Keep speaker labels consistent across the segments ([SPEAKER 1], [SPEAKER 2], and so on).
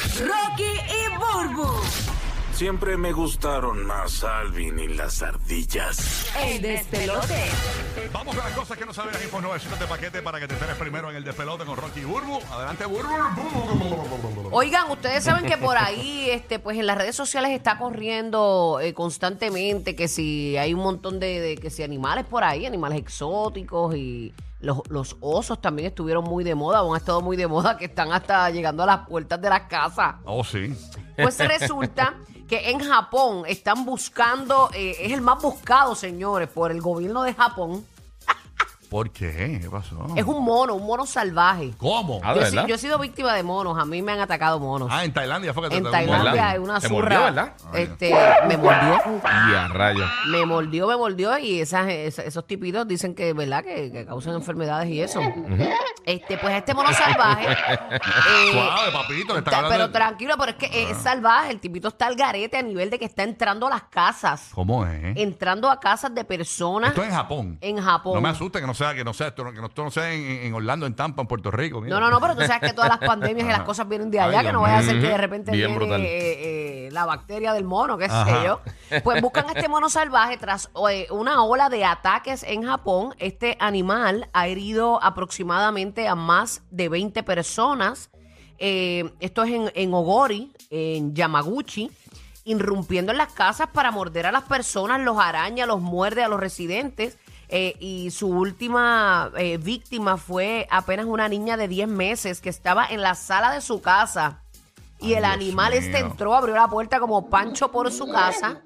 [SPEAKER 1] Rocky y Burbu.
[SPEAKER 2] Siempre me gustaron más Alvin y las ardillas.
[SPEAKER 1] El despelote.
[SPEAKER 3] Vamos con las cosas que no sabes en Info 900 de paquete para que te enteres primero en el despelote con Rocky Burbu. Adelante, Burbu.
[SPEAKER 4] Oigan, ustedes saben que por ahí, este, pues en las redes sociales está corriendo eh, constantemente que si hay un montón de, de- que si animales por ahí, animales exóticos y los, los osos también estuvieron muy de moda, o han estado muy de moda, que están hasta llegando a las puertas de las casas.
[SPEAKER 3] Oh, sí.
[SPEAKER 4] Pues resulta que en Japón están buscando, eh, es el más buscado, señores, por el gobierno de Japón.
[SPEAKER 3] ¿Por qué? ¿Qué pasó?
[SPEAKER 4] Es un mono, un mono salvaje.
[SPEAKER 3] ¿Cómo?
[SPEAKER 5] Ah,
[SPEAKER 4] Yo,
[SPEAKER 5] ¿de
[SPEAKER 4] he si-
[SPEAKER 5] verdad?
[SPEAKER 4] yo he sido víctima de monos, a mí me han atacado monos.
[SPEAKER 3] Ah, en Tailandia fue que te
[SPEAKER 4] en
[SPEAKER 3] tocó.
[SPEAKER 4] Tailandia
[SPEAKER 5] ¿Verdad?
[SPEAKER 4] hay una
[SPEAKER 5] Te
[SPEAKER 4] zurra.
[SPEAKER 5] mordió, ¿verdad?
[SPEAKER 4] Este, me mordió.
[SPEAKER 5] Y a rayos.
[SPEAKER 4] Me mordió, me mordió y esas, esa- esos tipitos dicen que, ¿verdad? Que, que causan enfermedades y eso. Este, pues este mono salvaje. eh,
[SPEAKER 3] Suave, papito. Le están
[SPEAKER 4] está-
[SPEAKER 3] hablando
[SPEAKER 4] pero
[SPEAKER 3] de- Ah.
[SPEAKER 4] tranquilo, pero es que es salvaje. El tipito está al garete a nivel de que está entrando a las casas.
[SPEAKER 3] ¿Cómo es?
[SPEAKER 4] Entrando a casas de personas
[SPEAKER 3] Esto es en Japón.
[SPEAKER 4] en Japón.
[SPEAKER 3] No me asusten que no sea, que no sea, esto no- que no, esto no sea en, en Orlando, en Tampa, en Puerto Rico. mira.
[SPEAKER 4] No, no, no, pero tú sabes que todas las pandemias y las
[SPEAKER 3] Ajá.
[SPEAKER 4] cosas vienen de allá,
[SPEAKER 3] Ay,
[SPEAKER 4] que no
[SPEAKER 3] Dios
[SPEAKER 4] vaya a ser que
[SPEAKER 5] mío.
[SPEAKER 4] de repente
[SPEAKER 5] Bien brutal.
[SPEAKER 4] viene eh, eh, la bacteria del mono, qué
[SPEAKER 3] Ajá.
[SPEAKER 4] sé yo. Pues buscan a este mono salvaje tras eh, una ola de ataques en Japón. Este animal ha herido aproximadamente a más de 20 personas. Eh, esto es en, en Ogori, en Yamaguchi, irrumpiendo en las casas para morder a las personas, los araña, los muerde a los residentes. Eh, y su última eh, víctima fue apenas una niña de 10 meses que estaba en la sala de su casa.
[SPEAKER 3] Ay,
[SPEAKER 4] Y el
[SPEAKER 3] Dios
[SPEAKER 4] animal este
[SPEAKER 3] mío.
[SPEAKER 4] entró, abrió la puerta como pancho por su casa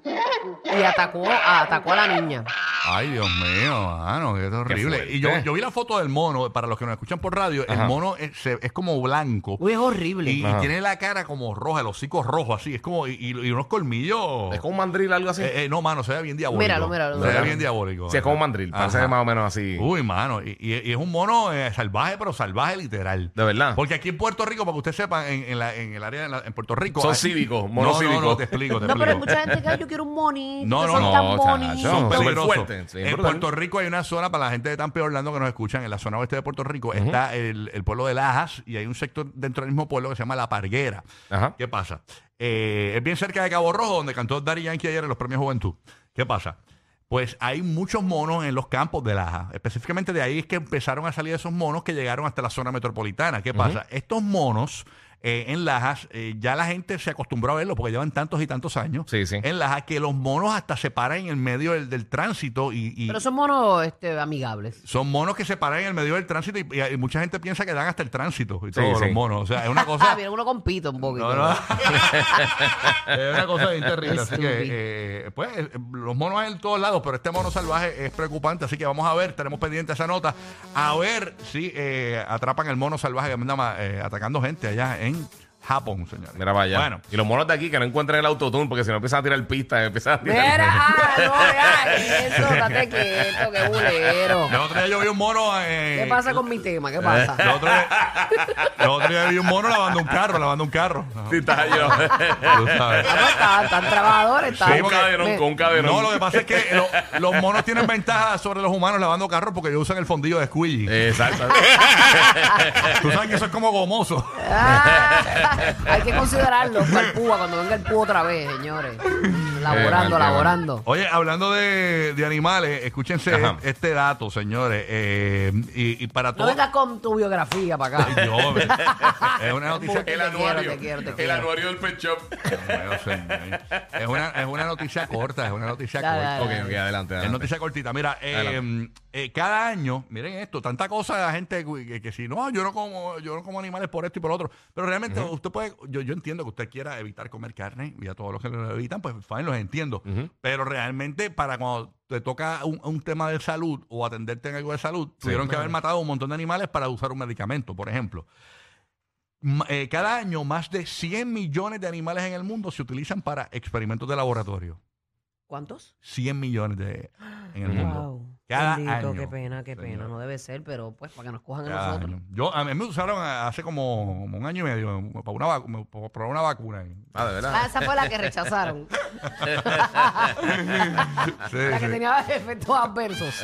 [SPEAKER 4] y atacó, atacó a la niña.
[SPEAKER 3] Ay, Dios mío, mano, qué horrible.
[SPEAKER 5] fuerte.
[SPEAKER 3] y yo, yo vi la foto del mono, para los que nos escuchan por radio, el
[SPEAKER 5] Ajá.
[SPEAKER 3] mono es, se- es como blanco.
[SPEAKER 4] Uy, es horrible.
[SPEAKER 3] Y, y
[SPEAKER 5] Ajá.
[SPEAKER 3] tiene la cara como roja, el hocico rojo, así. Es como, y, y- y unos colmillos.
[SPEAKER 5] Es como un mandril, algo así.
[SPEAKER 3] Eh, eh, no, mano, se ve bien diabólico.
[SPEAKER 4] Míralo, míralo,
[SPEAKER 3] Se ve
[SPEAKER 4] míralo.
[SPEAKER 3] bien diabólico.
[SPEAKER 5] Sí, es como un mandril. Parece
[SPEAKER 3] Ajá.
[SPEAKER 5] más o menos así.
[SPEAKER 3] Uy, mano, y, y- y es un mono eh, salvaje, pero salvaje literal.
[SPEAKER 5] De verdad.
[SPEAKER 3] Porque aquí en Puerto Rico, para que ustedes sepan, en, en la- en el área, en, la- en Puerto Rico.
[SPEAKER 5] Son
[SPEAKER 3] hay-
[SPEAKER 5] cívicos,
[SPEAKER 3] No, no,
[SPEAKER 5] monos
[SPEAKER 3] No,
[SPEAKER 5] cívicos.
[SPEAKER 3] te explico, te
[SPEAKER 4] no, pero hay
[SPEAKER 3] explico.
[SPEAKER 4] mucha gente que "Ay, yo quiero un monito,
[SPEAKER 3] No, no,
[SPEAKER 4] son
[SPEAKER 3] no,
[SPEAKER 4] tan
[SPEAKER 5] chacho,
[SPEAKER 4] bonitos.
[SPEAKER 5] son
[SPEAKER 3] Son
[SPEAKER 5] peligrosos.
[SPEAKER 3] peligrosos.
[SPEAKER 5] fuertes, sí,
[SPEAKER 3] en
[SPEAKER 5] brutal.
[SPEAKER 3] Puerto Rico hay una zona, para la gente de Tampa y Orlando que nos escuchan, en la zona oeste de Puerto Rico, está el, el pueblo de Lajas y hay un sector dentro del mismo pueblo que se llama La Parguera.
[SPEAKER 5] Ajá.
[SPEAKER 3] ¿Qué pasa? Eh, es bien cerca de Cabo Rojo, donde cantó Daddy Yankee ayer en los premios Juventud. ¿Qué pasa? Pues hay muchos monos en los campos de Laja. Específicamente de ahí es que empezaron a salir esos monos que llegaron hasta la zona metropolitana. ¿Qué pasa? Estos monos eh, en Lajas, eh, ya la gente se acostumbró a verlos porque llevan tantos y tantos años
[SPEAKER 5] Sí, sí.
[SPEAKER 3] en Lajas que los monos hasta se paran en el medio del, del tránsito y, y
[SPEAKER 4] Pero
[SPEAKER 3] son...
[SPEAKER 4] son monos este, amigables.
[SPEAKER 3] monos que se paran en el medio del tránsito y, y- y mucha gente piensa que dan hasta el tránsito y
[SPEAKER 5] Sí,
[SPEAKER 3] todo, los
[SPEAKER 5] sí.
[SPEAKER 3] monos. O sea, es una
[SPEAKER 4] Ah,
[SPEAKER 3] cosa...
[SPEAKER 4] viene uno con pito un poquito.
[SPEAKER 3] No, no. es una cosa bien terrible. Así que,
[SPEAKER 4] Estúpido.
[SPEAKER 3] eh, pues, eh, los monos hay en todos lados, pero este mono salvaje es preocupante. Así que vamos a ver, tenemos pendiente esa nota. A ver si eh, atrapan el mono salvaje que anda ma- eh, atacando gente allá en Japón, señores.
[SPEAKER 5] Mira para allá.
[SPEAKER 3] Bueno,
[SPEAKER 5] Y los monos de aquí que no encuentran el autotune porque si no empiezan a tirar pistas, empiezan a tirar.
[SPEAKER 4] Mira, ah, no, ah, eso, date quieto, qué bulero.
[SPEAKER 3] el otro día yo vi un mono. eh,
[SPEAKER 4] ¿Qué pasa con mi tema? ¿Qué
[SPEAKER 3] El
[SPEAKER 4] pasa?
[SPEAKER 3] otro, día, el otro día vi un mono lavando un carro, lavando un carro.
[SPEAKER 5] Sí, está yo.
[SPEAKER 3] Tú sabes.
[SPEAKER 4] Ah, pues, Están están trabajadores,
[SPEAKER 5] Con
[SPEAKER 4] están.
[SPEAKER 5] un caderón,
[SPEAKER 4] me-
[SPEAKER 5] con un caderón.
[SPEAKER 3] No, lo que pasa es que lo- los monos tienen ventaja sobre los humanos lavando carros porque ellos usan el fondillo de squeegee.
[SPEAKER 5] Exacto.
[SPEAKER 3] Tú sabes que eso es como gomoso.
[SPEAKER 4] Ah, hay que considerarlo para el púa cuando venga el púa otra vez, señores. Mm,
[SPEAKER 5] mal,
[SPEAKER 4] Laborando,
[SPEAKER 5] qué mal.
[SPEAKER 4] laborando.
[SPEAKER 3] Oye, hablando de, de animales, escúchense
[SPEAKER 5] Ajá.
[SPEAKER 3] este dato, señores. eh, y, y para
[SPEAKER 4] No
[SPEAKER 3] todos.
[SPEAKER 4] vengas con tu biografía para
[SPEAKER 3] Ay,
[SPEAKER 4] acá.
[SPEAKER 3] Dios, es una noticia
[SPEAKER 4] Te
[SPEAKER 5] El
[SPEAKER 4] quiero,
[SPEAKER 5] anuario.
[SPEAKER 4] te quiero, te
[SPEAKER 5] El
[SPEAKER 4] quiero.
[SPEAKER 5] anuario del pet shop.
[SPEAKER 3] Dios, señor. es una, es una noticia corta, es una noticia
[SPEAKER 4] Dale,
[SPEAKER 3] corta.
[SPEAKER 4] dale,
[SPEAKER 5] Ok, ok, adelante.
[SPEAKER 3] Es
[SPEAKER 5] adelante.
[SPEAKER 3] noticia cortita. Mira, eh,
[SPEAKER 5] Adelante.
[SPEAKER 3] eh, cada año, miren esto, tanta cosa la gente que, que- que si no, yo no como, yo no como animales por esto y por lo otro. Pero realmente usted puede, yo, yo entiendo que usted quiera evitar comer carne y a todos los que lo evitan, pues fine, los entiendo. Pero realmente para cuando te toca un, un tema de salud o atenderte en algo de salud, tuvieron que haber matado un montón de animales para usar un medicamento, por ejemplo. Ma- eh, cada año más de 100 millones de animales en el mundo se utilizan para experimentos de laboratorio.
[SPEAKER 4] ¿Cuántos?
[SPEAKER 3] 100 millones de, en el mundo.
[SPEAKER 4] Wow.
[SPEAKER 3] Cada
[SPEAKER 4] Bendito,
[SPEAKER 3] año,
[SPEAKER 4] qué pena, qué pena.
[SPEAKER 3] señor.
[SPEAKER 4] No debe ser, pero pues para que nos cojan a
[SPEAKER 3] Cada
[SPEAKER 4] nosotros.
[SPEAKER 3] año. Yo, a mí me usaron a- hace como, como un año y medio para, una vacu- me- para probar una vacuna.
[SPEAKER 5] Ah, de verdad.
[SPEAKER 4] Ah, esa fue la que rechazaron.
[SPEAKER 3] Sí,
[SPEAKER 4] la que
[SPEAKER 3] sí.
[SPEAKER 4] tenía efectos adversos.
[SPEAKER 3] Sí,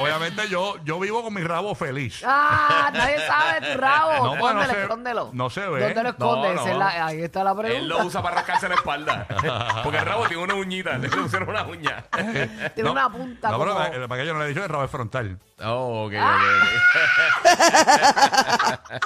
[SPEAKER 3] obviamente yo, yo vivo con mi rabo feliz.
[SPEAKER 4] Ah, nadie sabe tu rabo.
[SPEAKER 3] No, pues, no
[SPEAKER 4] escóndelo,
[SPEAKER 3] se-
[SPEAKER 4] escóndelo.
[SPEAKER 3] no se ve.
[SPEAKER 4] ¿Dónde lo escondes?
[SPEAKER 5] No, no.
[SPEAKER 4] Esa es la- ahí está la pregunta.
[SPEAKER 5] Él lo usa para rascarse la espalda. Porque el rabo tiene una uñita. Le pusieron una uña.
[SPEAKER 4] Tiene una punta
[SPEAKER 3] No, pero
[SPEAKER 4] como...
[SPEAKER 3] para, para que yo no le he dicho el rabo es frontal.
[SPEAKER 5] Oh, ok, ok,
[SPEAKER 4] Ah.
[SPEAKER 5] ok.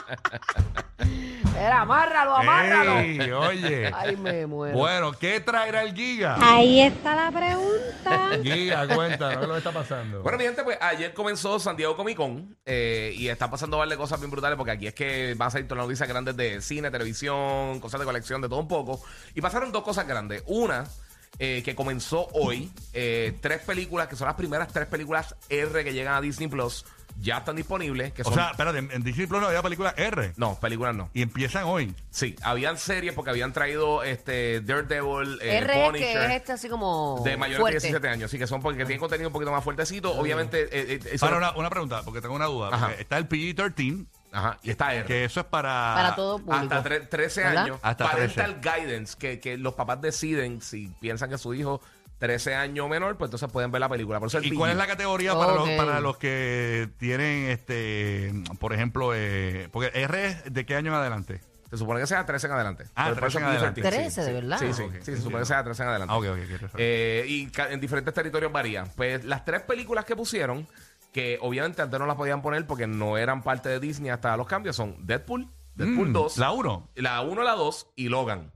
[SPEAKER 4] Era, amárralo, amárralo.
[SPEAKER 3] Ey, oye.
[SPEAKER 4] Ay, pues. me muero.
[SPEAKER 3] Bueno, ¿qué traerá el Giga?
[SPEAKER 6] Ahí está la pregunta.
[SPEAKER 3] Giga, cuéntanos, ¿qué es lo que está pasando?
[SPEAKER 5] Bueno, mi gente, pues ayer comenzó Santiago Comic Con eh, y están pasando varias cosas bien brutales porque aquí es que van a salir todas las noticias grandes de cine, televisión, cosas de colección, de todo un poco. Y pasaron dos cosas grandes. Una, eh, que comenzó hoy, eh, tres películas, que son las primeras tres películas R que llegan a Disney Plus, ya están disponibles. Que
[SPEAKER 3] o
[SPEAKER 5] son,
[SPEAKER 3] sea, espérate, en en Disney Plus no había película R.
[SPEAKER 5] no, películas no.
[SPEAKER 3] Y empiezan hoy.
[SPEAKER 5] Sí, habían series porque habían traído este Daredevil, eh,
[SPEAKER 4] R que es
[SPEAKER 5] Punisher.
[SPEAKER 4] este así como
[SPEAKER 5] De mayores
[SPEAKER 4] fuerte.
[SPEAKER 5] de 17 años, así que son porque tienen contenido un poquito más fuertecito. Obviamente, eh, eh, eso-
[SPEAKER 3] Ahora, una, una pregunta, porque tengo una duda.
[SPEAKER 5] Ajá.
[SPEAKER 3] porque Está el PG-13,
[SPEAKER 5] Ajá, y está R.
[SPEAKER 3] que eso es para...
[SPEAKER 4] Para todo público.
[SPEAKER 5] Hasta tre- 13
[SPEAKER 4] ¿Verdad?
[SPEAKER 5] años.
[SPEAKER 3] Hasta
[SPEAKER 5] parental guidance, que, que los papás deciden si piensan que su hijo 13 años o menor, pues entonces pueden ver la película. Por eso el
[SPEAKER 3] ¿Y
[SPEAKER 5] PG.
[SPEAKER 3] cuál es la categoría para,
[SPEAKER 4] Ok.
[SPEAKER 3] los, para los que tienen, este, por ejemplo, eh, porque R es de qué año en adelante?
[SPEAKER 5] Se supone que sea 13 en adelante.
[SPEAKER 3] Ah,
[SPEAKER 5] Pero por
[SPEAKER 3] 13 en
[SPEAKER 5] eso
[SPEAKER 3] adelante.
[SPEAKER 4] 13, de verdad.
[SPEAKER 5] Sí, sí,
[SPEAKER 3] Ok,
[SPEAKER 5] sí, se
[SPEAKER 3] entiendo.
[SPEAKER 5] supone que sea 13 en adelante.
[SPEAKER 3] Ah, ok, ok, ok.
[SPEAKER 5] Eh, y ca- en diferentes territorios varía. Pues las tres películas que pusieron, que obviamente antes no las podían poner porque no eran parte de Disney hasta los cambios, son Deadpool, Deadpool
[SPEAKER 3] Mm,
[SPEAKER 5] 2,
[SPEAKER 3] La 1.
[SPEAKER 5] la 1, la 2 y Logan.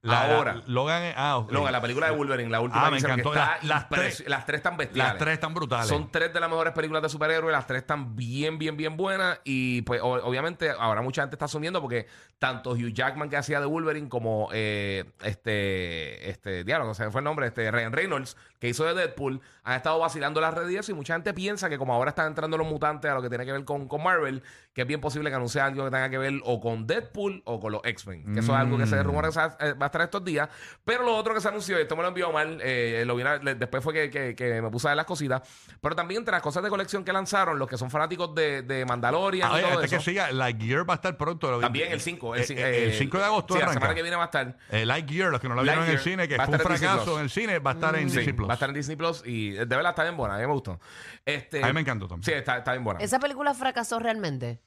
[SPEAKER 3] La,
[SPEAKER 5] Ahora.
[SPEAKER 3] la- Logan, es- ah, ok.
[SPEAKER 5] Logan, la película de Wolverine, la última.
[SPEAKER 3] Ah,
[SPEAKER 5] que
[SPEAKER 3] me
[SPEAKER 5] hicieron, que
[SPEAKER 3] encantó.
[SPEAKER 5] está
[SPEAKER 3] Las- las
[SPEAKER 5] impresio-
[SPEAKER 3] tres.
[SPEAKER 5] las tres están bestiales.
[SPEAKER 3] Las tres están brutales. Ah,
[SPEAKER 5] Son tres de las mejores películas de superhéroes, las tres están bien, bien, bien buenas. Y pues o- obviamente ahora mucha gente está asumiendo porque tanto Hugh Jackman que hacía de Wolverine como eh, este, este, diálogo, se me fue el nombre, este Ryan Reynolds que hizo de Deadpool, han estado vacilando las redes y eso, y mucha gente piensa que como ahora están entrando los mutantes a lo que tiene que ver con, con Marvel, que es bien posible que anuncie algo que tenga que ver o con Deadpool o con los X-Men. Que eso es algo que
[SPEAKER 3] Mm.
[SPEAKER 5] se rumora que se va eh, va a estar estos días. Pero lo otro que se anunció, y esto me lo envió mal, eh, lo vi la- le- después fue que, que- que me puse a ver las cositas. Pero también entre las cosas de colección que lanzaron, los que son fanáticos de, de Mandalorian
[SPEAKER 3] Ah,
[SPEAKER 5] y
[SPEAKER 3] oye,
[SPEAKER 5] todo
[SPEAKER 3] hasta que
[SPEAKER 5] eso.
[SPEAKER 3] siga, Lightyear va a estar pronto. Lo-
[SPEAKER 5] También el 5.
[SPEAKER 3] Eh,
[SPEAKER 5] El, cin-
[SPEAKER 3] eh, el
[SPEAKER 5] eh,
[SPEAKER 3] 5 de agosto
[SPEAKER 5] Sí, la
[SPEAKER 3] arranca.
[SPEAKER 5] semana que viene va a estar.
[SPEAKER 3] Eh, Lightyear, los que no la vieron en el
[SPEAKER 5] Lightyear
[SPEAKER 3] cine, que
[SPEAKER 5] va a
[SPEAKER 3] fue un
[SPEAKER 5] estar en Disney
[SPEAKER 3] fracaso
[SPEAKER 5] Plus.
[SPEAKER 3] en el cine, va a estar en
[SPEAKER 5] Sí,
[SPEAKER 3] Disney Plus.
[SPEAKER 5] Va a estar en Disney Plus y eh, de verdad está bien buena, a mí me gustó. Este,
[SPEAKER 3] A mí me encantó también.
[SPEAKER 5] Sí, está, está bien buena.
[SPEAKER 4] Esa película fracasó realmente.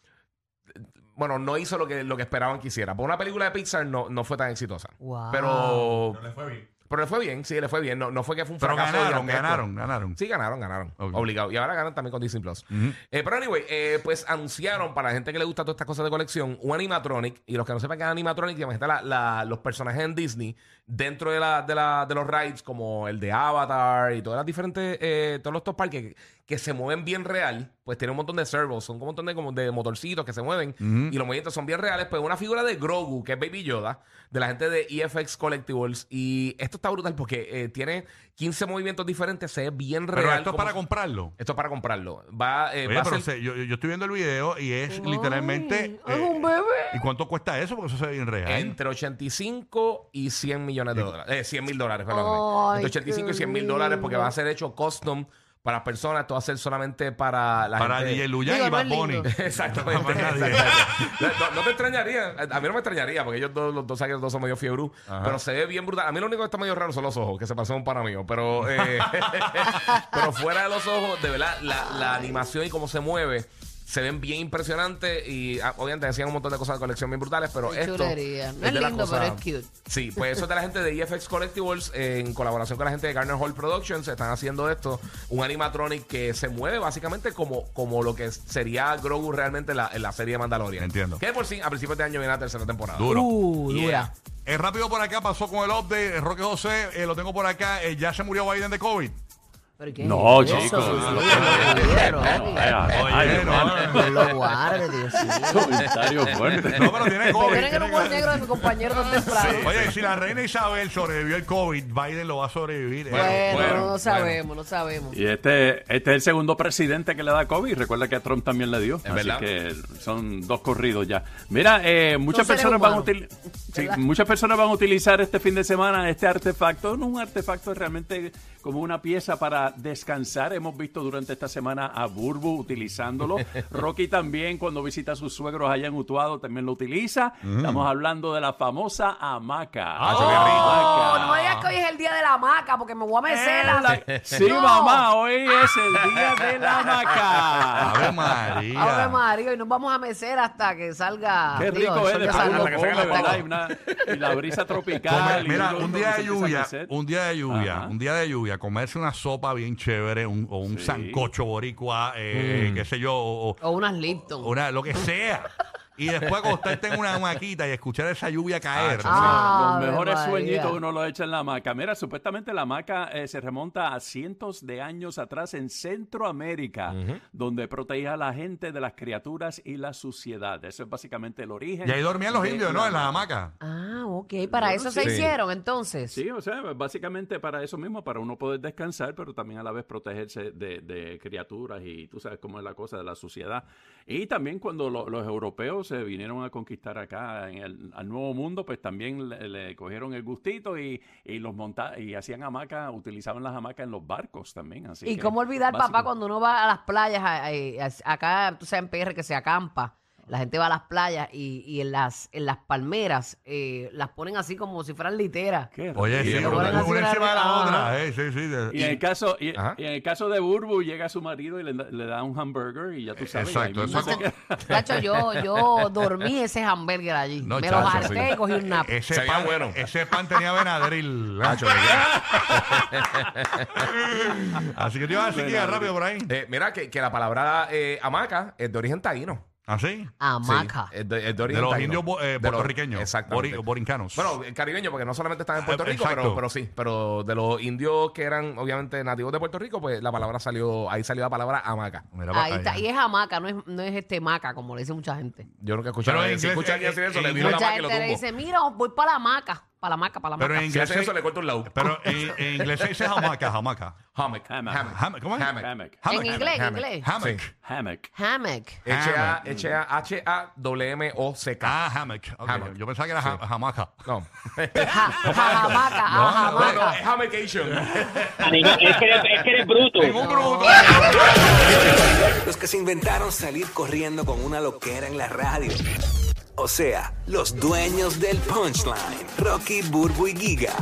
[SPEAKER 5] Bueno, no hizo lo que, lo que esperaban que hiciera. Por una película de Pixar no, no fue tan exitosa.
[SPEAKER 4] Wow.
[SPEAKER 5] Pero,
[SPEAKER 3] le fue bien.
[SPEAKER 5] pero le fue bien, sí, le fue bien. No, no fue que fue un
[SPEAKER 3] Pero
[SPEAKER 5] fracaso.
[SPEAKER 3] ganaron,
[SPEAKER 5] gigantesco.
[SPEAKER 3] ganaron, ganaron.
[SPEAKER 5] Sí, ganaron, ganaron.
[SPEAKER 3] Ok.
[SPEAKER 5] Obligado. Y ahora ganan también con Disney Plus.
[SPEAKER 3] Ujú.
[SPEAKER 5] Eh, pero anyway, eh, pues anunciaron para la gente que le gusta todas estas cosas de colección un animatronic. Y los que no sepan qué es animatronic, imagínate la, la- los personajes en Disney dentro de, la, de, la- de los rides, como el de Avatar y todas las diferentes, eh, todos los top parques que, que se mueven bien real. Pues tiene un montón de servos, son un montón de, como de motorcitos que se mueven
[SPEAKER 3] Ujú.
[SPEAKER 5] y los movimientos son bien reales. Pues una figura de Grogu, que es Baby Yoda, de la gente de EFX Collectibles. Y esto está brutal porque eh, tiene 15 movimientos diferentes, se ve bien real.
[SPEAKER 3] Pero esto es
[SPEAKER 5] como
[SPEAKER 3] para
[SPEAKER 5] si-
[SPEAKER 3] comprarlo.
[SPEAKER 5] esto es para comprarlo. Va, eh,
[SPEAKER 3] Oye,
[SPEAKER 5] va a
[SPEAKER 3] pero
[SPEAKER 5] ser-
[SPEAKER 3] se- yo, yo estoy viendo el video y es
[SPEAKER 4] Ay,
[SPEAKER 3] literalmente.
[SPEAKER 4] es
[SPEAKER 3] eh,
[SPEAKER 4] un bebé.
[SPEAKER 3] ¿Y cuánto cuesta eso? Porque eso se ve bien real.
[SPEAKER 5] entre 85 y 100 millones de dólares. Eh, 100 mil dólares, perdón.
[SPEAKER 4] Ay,
[SPEAKER 5] Entre 85 y
[SPEAKER 4] qué
[SPEAKER 5] 100 mil dólares porque
[SPEAKER 4] lindo.
[SPEAKER 5] va a ser hecho custom para las personas. Esto va a ser solamente para la
[SPEAKER 3] para
[SPEAKER 5] gente.
[SPEAKER 3] DJ Luyan
[SPEAKER 4] Digo,
[SPEAKER 3] y
[SPEAKER 4] no
[SPEAKER 3] Bad
[SPEAKER 4] es lindo.
[SPEAKER 3] Bunny.
[SPEAKER 5] Exactamente.
[SPEAKER 3] Para nadie.
[SPEAKER 5] exactamente. No, no te extrañaría. A mí no me extrañaría porque ellos dos, los dos, sabes que los dos son medio fiebre.
[SPEAKER 3] Ajá.
[SPEAKER 5] Pero se ve bien brutal. A mí lo único que está medio raro son los ojos, que se parecen a un pana mío. Pero, eh, pero fuera de los ojos, de verdad, la, la animación y cómo se mueve. Se ven bien impresionantes y ah, obviamente decían un montón de cosas de colección bien brutales, pero
[SPEAKER 4] Qué
[SPEAKER 5] esto
[SPEAKER 4] chulería. No es
[SPEAKER 5] de las
[SPEAKER 4] lindo, pero
[SPEAKER 5] cosas-
[SPEAKER 4] es cute.
[SPEAKER 5] Sí, pues eso es de la gente de EFX Collectibles eh, en colaboración con la gente de Garner Hall Productions. Están haciendo esto, un animatronic que se mueve básicamente como, como lo que sería Grogu realmente en la, en la serie de Mandalorian.
[SPEAKER 3] Entiendo.
[SPEAKER 5] Que de por sí, a principios de año viene la tercera temporada.
[SPEAKER 3] Duro.
[SPEAKER 4] Uh,
[SPEAKER 5] Yeah.
[SPEAKER 4] dura.
[SPEAKER 3] Es rápido por acá, pasó con el update. eh, Roque José, eh, lo tengo por acá. eh, ya se murió Biden de COVID.
[SPEAKER 4] ¿Pero qué
[SPEAKER 7] No,
[SPEAKER 4] es eso?
[SPEAKER 7] chicos.
[SPEAKER 4] Sí,
[SPEAKER 7] No,
[SPEAKER 4] Rocky, Rocky.
[SPEAKER 7] Ay,
[SPEAKER 3] no,
[SPEAKER 7] hermano,
[SPEAKER 4] No lo guarde, Dios mío.
[SPEAKER 7] comentario fuerte.
[SPEAKER 3] No, pero tiene COVID.
[SPEAKER 4] Tienen el
[SPEAKER 3] tiene
[SPEAKER 4] humor
[SPEAKER 3] que-
[SPEAKER 4] negro de mi compañero tan temprano.
[SPEAKER 3] Oye, si la reina Isabel sobrevivió el COVID, Biden lo va a sobrevivir. eh.
[SPEAKER 4] Bueno,
[SPEAKER 5] bueno,
[SPEAKER 4] no
[SPEAKER 5] bueno.
[SPEAKER 4] sabemos, no sabemos.
[SPEAKER 7] Y este, este es el segundo presidente que le da COVID. Recuerda que a Trump también le dio. así
[SPEAKER 5] verdad.
[SPEAKER 7] que son dos corridos ya. Mira, eh, muchas
[SPEAKER 4] Son seres
[SPEAKER 7] personas van a
[SPEAKER 4] humanos.
[SPEAKER 7] utilizar. Sí, muchas personas van a utilizar este fin de semana este artefacto. No un artefacto, es realmente como una pieza para descansar. Hemos visto durante esta semana a Burbu utilizándolo. Rocky también, cuando visita a sus suegros allá en Utuado, también lo utiliza. Estamos hablando de la famosa hamaca.
[SPEAKER 5] Mm. Ah, se ve rico.
[SPEAKER 4] Oh,
[SPEAKER 7] Hamaca.
[SPEAKER 4] no me digas que hoy es el día de la maca porque me voy a mecer. la-
[SPEAKER 7] Eh, Sí,
[SPEAKER 4] No.
[SPEAKER 7] mamá, hoy es el día de la hamaca.
[SPEAKER 3] Ave María.
[SPEAKER 4] Ave María, y nos vamos a mecer hasta que salga.
[SPEAKER 7] Qué
[SPEAKER 4] digo, el
[SPEAKER 7] rico es
[SPEAKER 4] sol
[SPEAKER 7] de
[SPEAKER 4] ya
[SPEAKER 7] pronto
[SPEAKER 4] salga.
[SPEAKER 7] uno come,
[SPEAKER 4] Hasta
[SPEAKER 7] ¿verdad?
[SPEAKER 4] que-
[SPEAKER 7] Y, una- y la brisa tropical.
[SPEAKER 3] Comer-
[SPEAKER 7] y
[SPEAKER 3] mira,
[SPEAKER 7] uno-
[SPEAKER 3] un
[SPEAKER 7] uno
[SPEAKER 3] día
[SPEAKER 7] se
[SPEAKER 3] de
[SPEAKER 7] empieza a
[SPEAKER 3] lluvia,
[SPEAKER 7] crecer.
[SPEAKER 3] un día de lluvia,
[SPEAKER 7] Ajá.
[SPEAKER 3] un día de lluvia, comerse una sopa bien chévere, un- o un sancocho boricua, eh, qué sé yo, o, o-
[SPEAKER 4] O unas Lipton.
[SPEAKER 3] o una- lo que sea. Y después acostarte en una maquita y escuchar esa lluvia caer.
[SPEAKER 4] Ah,
[SPEAKER 7] los
[SPEAKER 4] Ave
[SPEAKER 7] mejores
[SPEAKER 4] María.
[SPEAKER 7] sueñitos uno los echa en la hamaca. Mira, supuestamente la hamaca eh, se remonta a cientos de años atrás en Centroamérica, donde protegía a la gente de las criaturas y la suciedad. Eso es básicamente el origen.
[SPEAKER 3] y ahí dormían los
[SPEAKER 7] de
[SPEAKER 3] indios,
[SPEAKER 7] la
[SPEAKER 3] ¿no? En las
[SPEAKER 7] hamaca.
[SPEAKER 3] hamacas.
[SPEAKER 4] Ah, ok. Para
[SPEAKER 7] Bueno,
[SPEAKER 4] eso
[SPEAKER 7] sí.
[SPEAKER 4] se
[SPEAKER 5] Sí.
[SPEAKER 4] hicieron entonces.
[SPEAKER 7] Sí, o sea, básicamente para eso mismo, para uno poder descansar, pero también a la vez protegerse de, de criaturas y tú sabes cómo es la cosa de la suciedad. Y también cuando lo- los europeos se vinieron a conquistar acá en el, al Nuevo Mundo, pues también le, le cogieron el gustito y, y los monta y hacían hamacas, utilizaban las hamacas en los barcos también. Así
[SPEAKER 4] y
[SPEAKER 7] que,
[SPEAKER 4] cómo olvidar, papá,
[SPEAKER 7] básico.
[SPEAKER 4] cuando uno va a las playas, a- eh, a- a- acá, tú sabes, en PR que se acampa, la gente va a las playas y, y en, las, en las palmeras eh, las ponen así como si fueran literas.
[SPEAKER 7] Qué
[SPEAKER 3] Oye, sí,
[SPEAKER 7] rico.
[SPEAKER 5] Sí,
[SPEAKER 3] una
[SPEAKER 5] brutal.
[SPEAKER 3] una encima de la
[SPEAKER 4] Ajá.
[SPEAKER 3] otra. eh, sí, sí, de-
[SPEAKER 7] Y en el caso, y,
[SPEAKER 3] ¿Ah?
[SPEAKER 5] Ajá.
[SPEAKER 7] y en el caso de Burbu, llega su marido y le, da- le da un hamburger y ya tú sabes.
[SPEAKER 3] Exacto,
[SPEAKER 7] ahí
[SPEAKER 3] eso
[SPEAKER 7] mismo se
[SPEAKER 3] es
[SPEAKER 7] queda.
[SPEAKER 4] Tacho, yo, yo dormí ese hamburger allí.
[SPEAKER 3] No,
[SPEAKER 4] Me lo
[SPEAKER 3] chacho,
[SPEAKER 4] harté
[SPEAKER 5] sí.
[SPEAKER 4] y cogí un nap.
[SPEAKER 3] ese,
[SPEAKER 5] Se veía
[SPEAKER 3] pan,
[SPEAKER 5] bueno.
[SPEAKER 3] ese pan tenía venadril.
[SPEAKER 5] Nacho,
[SPEAKER 3] Así que te iba a decir que iba rápido por ahí.
[SPEAKER 5] eh, mira que, que la palabra eh, hamaca es de origen taíno.
[SPEAKER 3] ¿Así?
[SPEAKER 4] Hamaca.
[SPEAKER 5] Sí, es de, es de
[SPEAKER 3] De
[SPEAKER 5] origen
[SPEAKER 3] ¿Ah, los
[SPEAKER 5] taíno.
[SPEAKER 3] indios bo- eh,
[SPEAKER 5] De los-
[SPEAKER 3] puertorriqueños.
[SPEAKER 5] Exactamente.
[SPEAKER 3] bori- borincanos.
[SPEAKER 5] Bueno, eh, caribeño, porque no solamente están en Puerto
[SPEAKER 3] Ah,
[SPEAKER 5] Rico,
[SPEAKER 3] exacto.
[SPEAKER 5] pero, pero sí, pero de los indios que eran obviamente nativos de Puerto Rico, pues la palabra salió, ahí salió la palabra hamaca.
[SPEAKER 3] Mira,
[SPEAKER 4] Ahí
[SPEAKER 3] pa-
[SPEAKER 4] está. Y es hamaca, no es, no es este maca, como le dice mucha gente.
[SPEAKER 5] Yo nunca escuché a
[SPEAKER 3] Pero
[SPEAKER 5] nadie-
[SPEAKER 3] en
[SPEAKER 5] si
[SPEAKER 3] inglés-
[SPEAKER 5] escuché a alguien
[SPEAKER 3] en-
[SPEAKER 5] decir eso,
[SPEAKER 3] en
[SPEAKER 5] le digo
[SPEAKER 3] inglés-
[SPEAKER 4] Mucha
[SPEAKER 5] la hamaca y lo
[SPEAKER 4] gente le
[SPEAKER 5] tumbo.
[SPEAKER 4] dice, mira, voy para la maca, para la maca, para la
[SPEAKER 3] Pero en
[SPEAKER 4] maca.
[SPEAKER 5] Si
[SPEAKER 3] inglés.
[SPEAKER 5] hace eso, le corto un lado.
[SPEAKER 3] Pero en, en inglés se dice hamaca, hamaca.
[SPEAKER 5] Hammock.
[SPEAKER 7] Hamac.
[SPEAKER 3] Ham- ¿Cómo es?
[SPEAKER 5] Hammock.
[SPEAKER 7] Hammock.
[SPEAKER 4] En inglés, en inglés.
[SPEAKER 3] Hammock.
[SPEAKER 5] Sí.
[SPEAKER 7] Hammock.
[SPEAKER 4] Hammock.
[SPEAKER 5] H-A- H-A- H-A-W-M-O-C-K.
[SPEAKER 3] Ah, hammock. ok.
[SPEAKER 5] Hammock.
[SPEAKER 3] Yo pensaba que era ja- hamaca.
[SPEAKER 5] No.
[SPEAKER 4] Ja- ja- Hamaca, ah,
[SPEAKER 5] No, no,
[SPEAKER 4] hamaca.
[SPEAKER 5] es hammocation.
[SPEAKER 8] Amigo, es que eres, es que eres bruto.
[SPEAKER 3] Un bruto.
[SPEAKER 9] Los que se inventaron salir corriendo con una loquera en la radio. O sea, los dueños del punchline. Rocky, Burbu y Giga.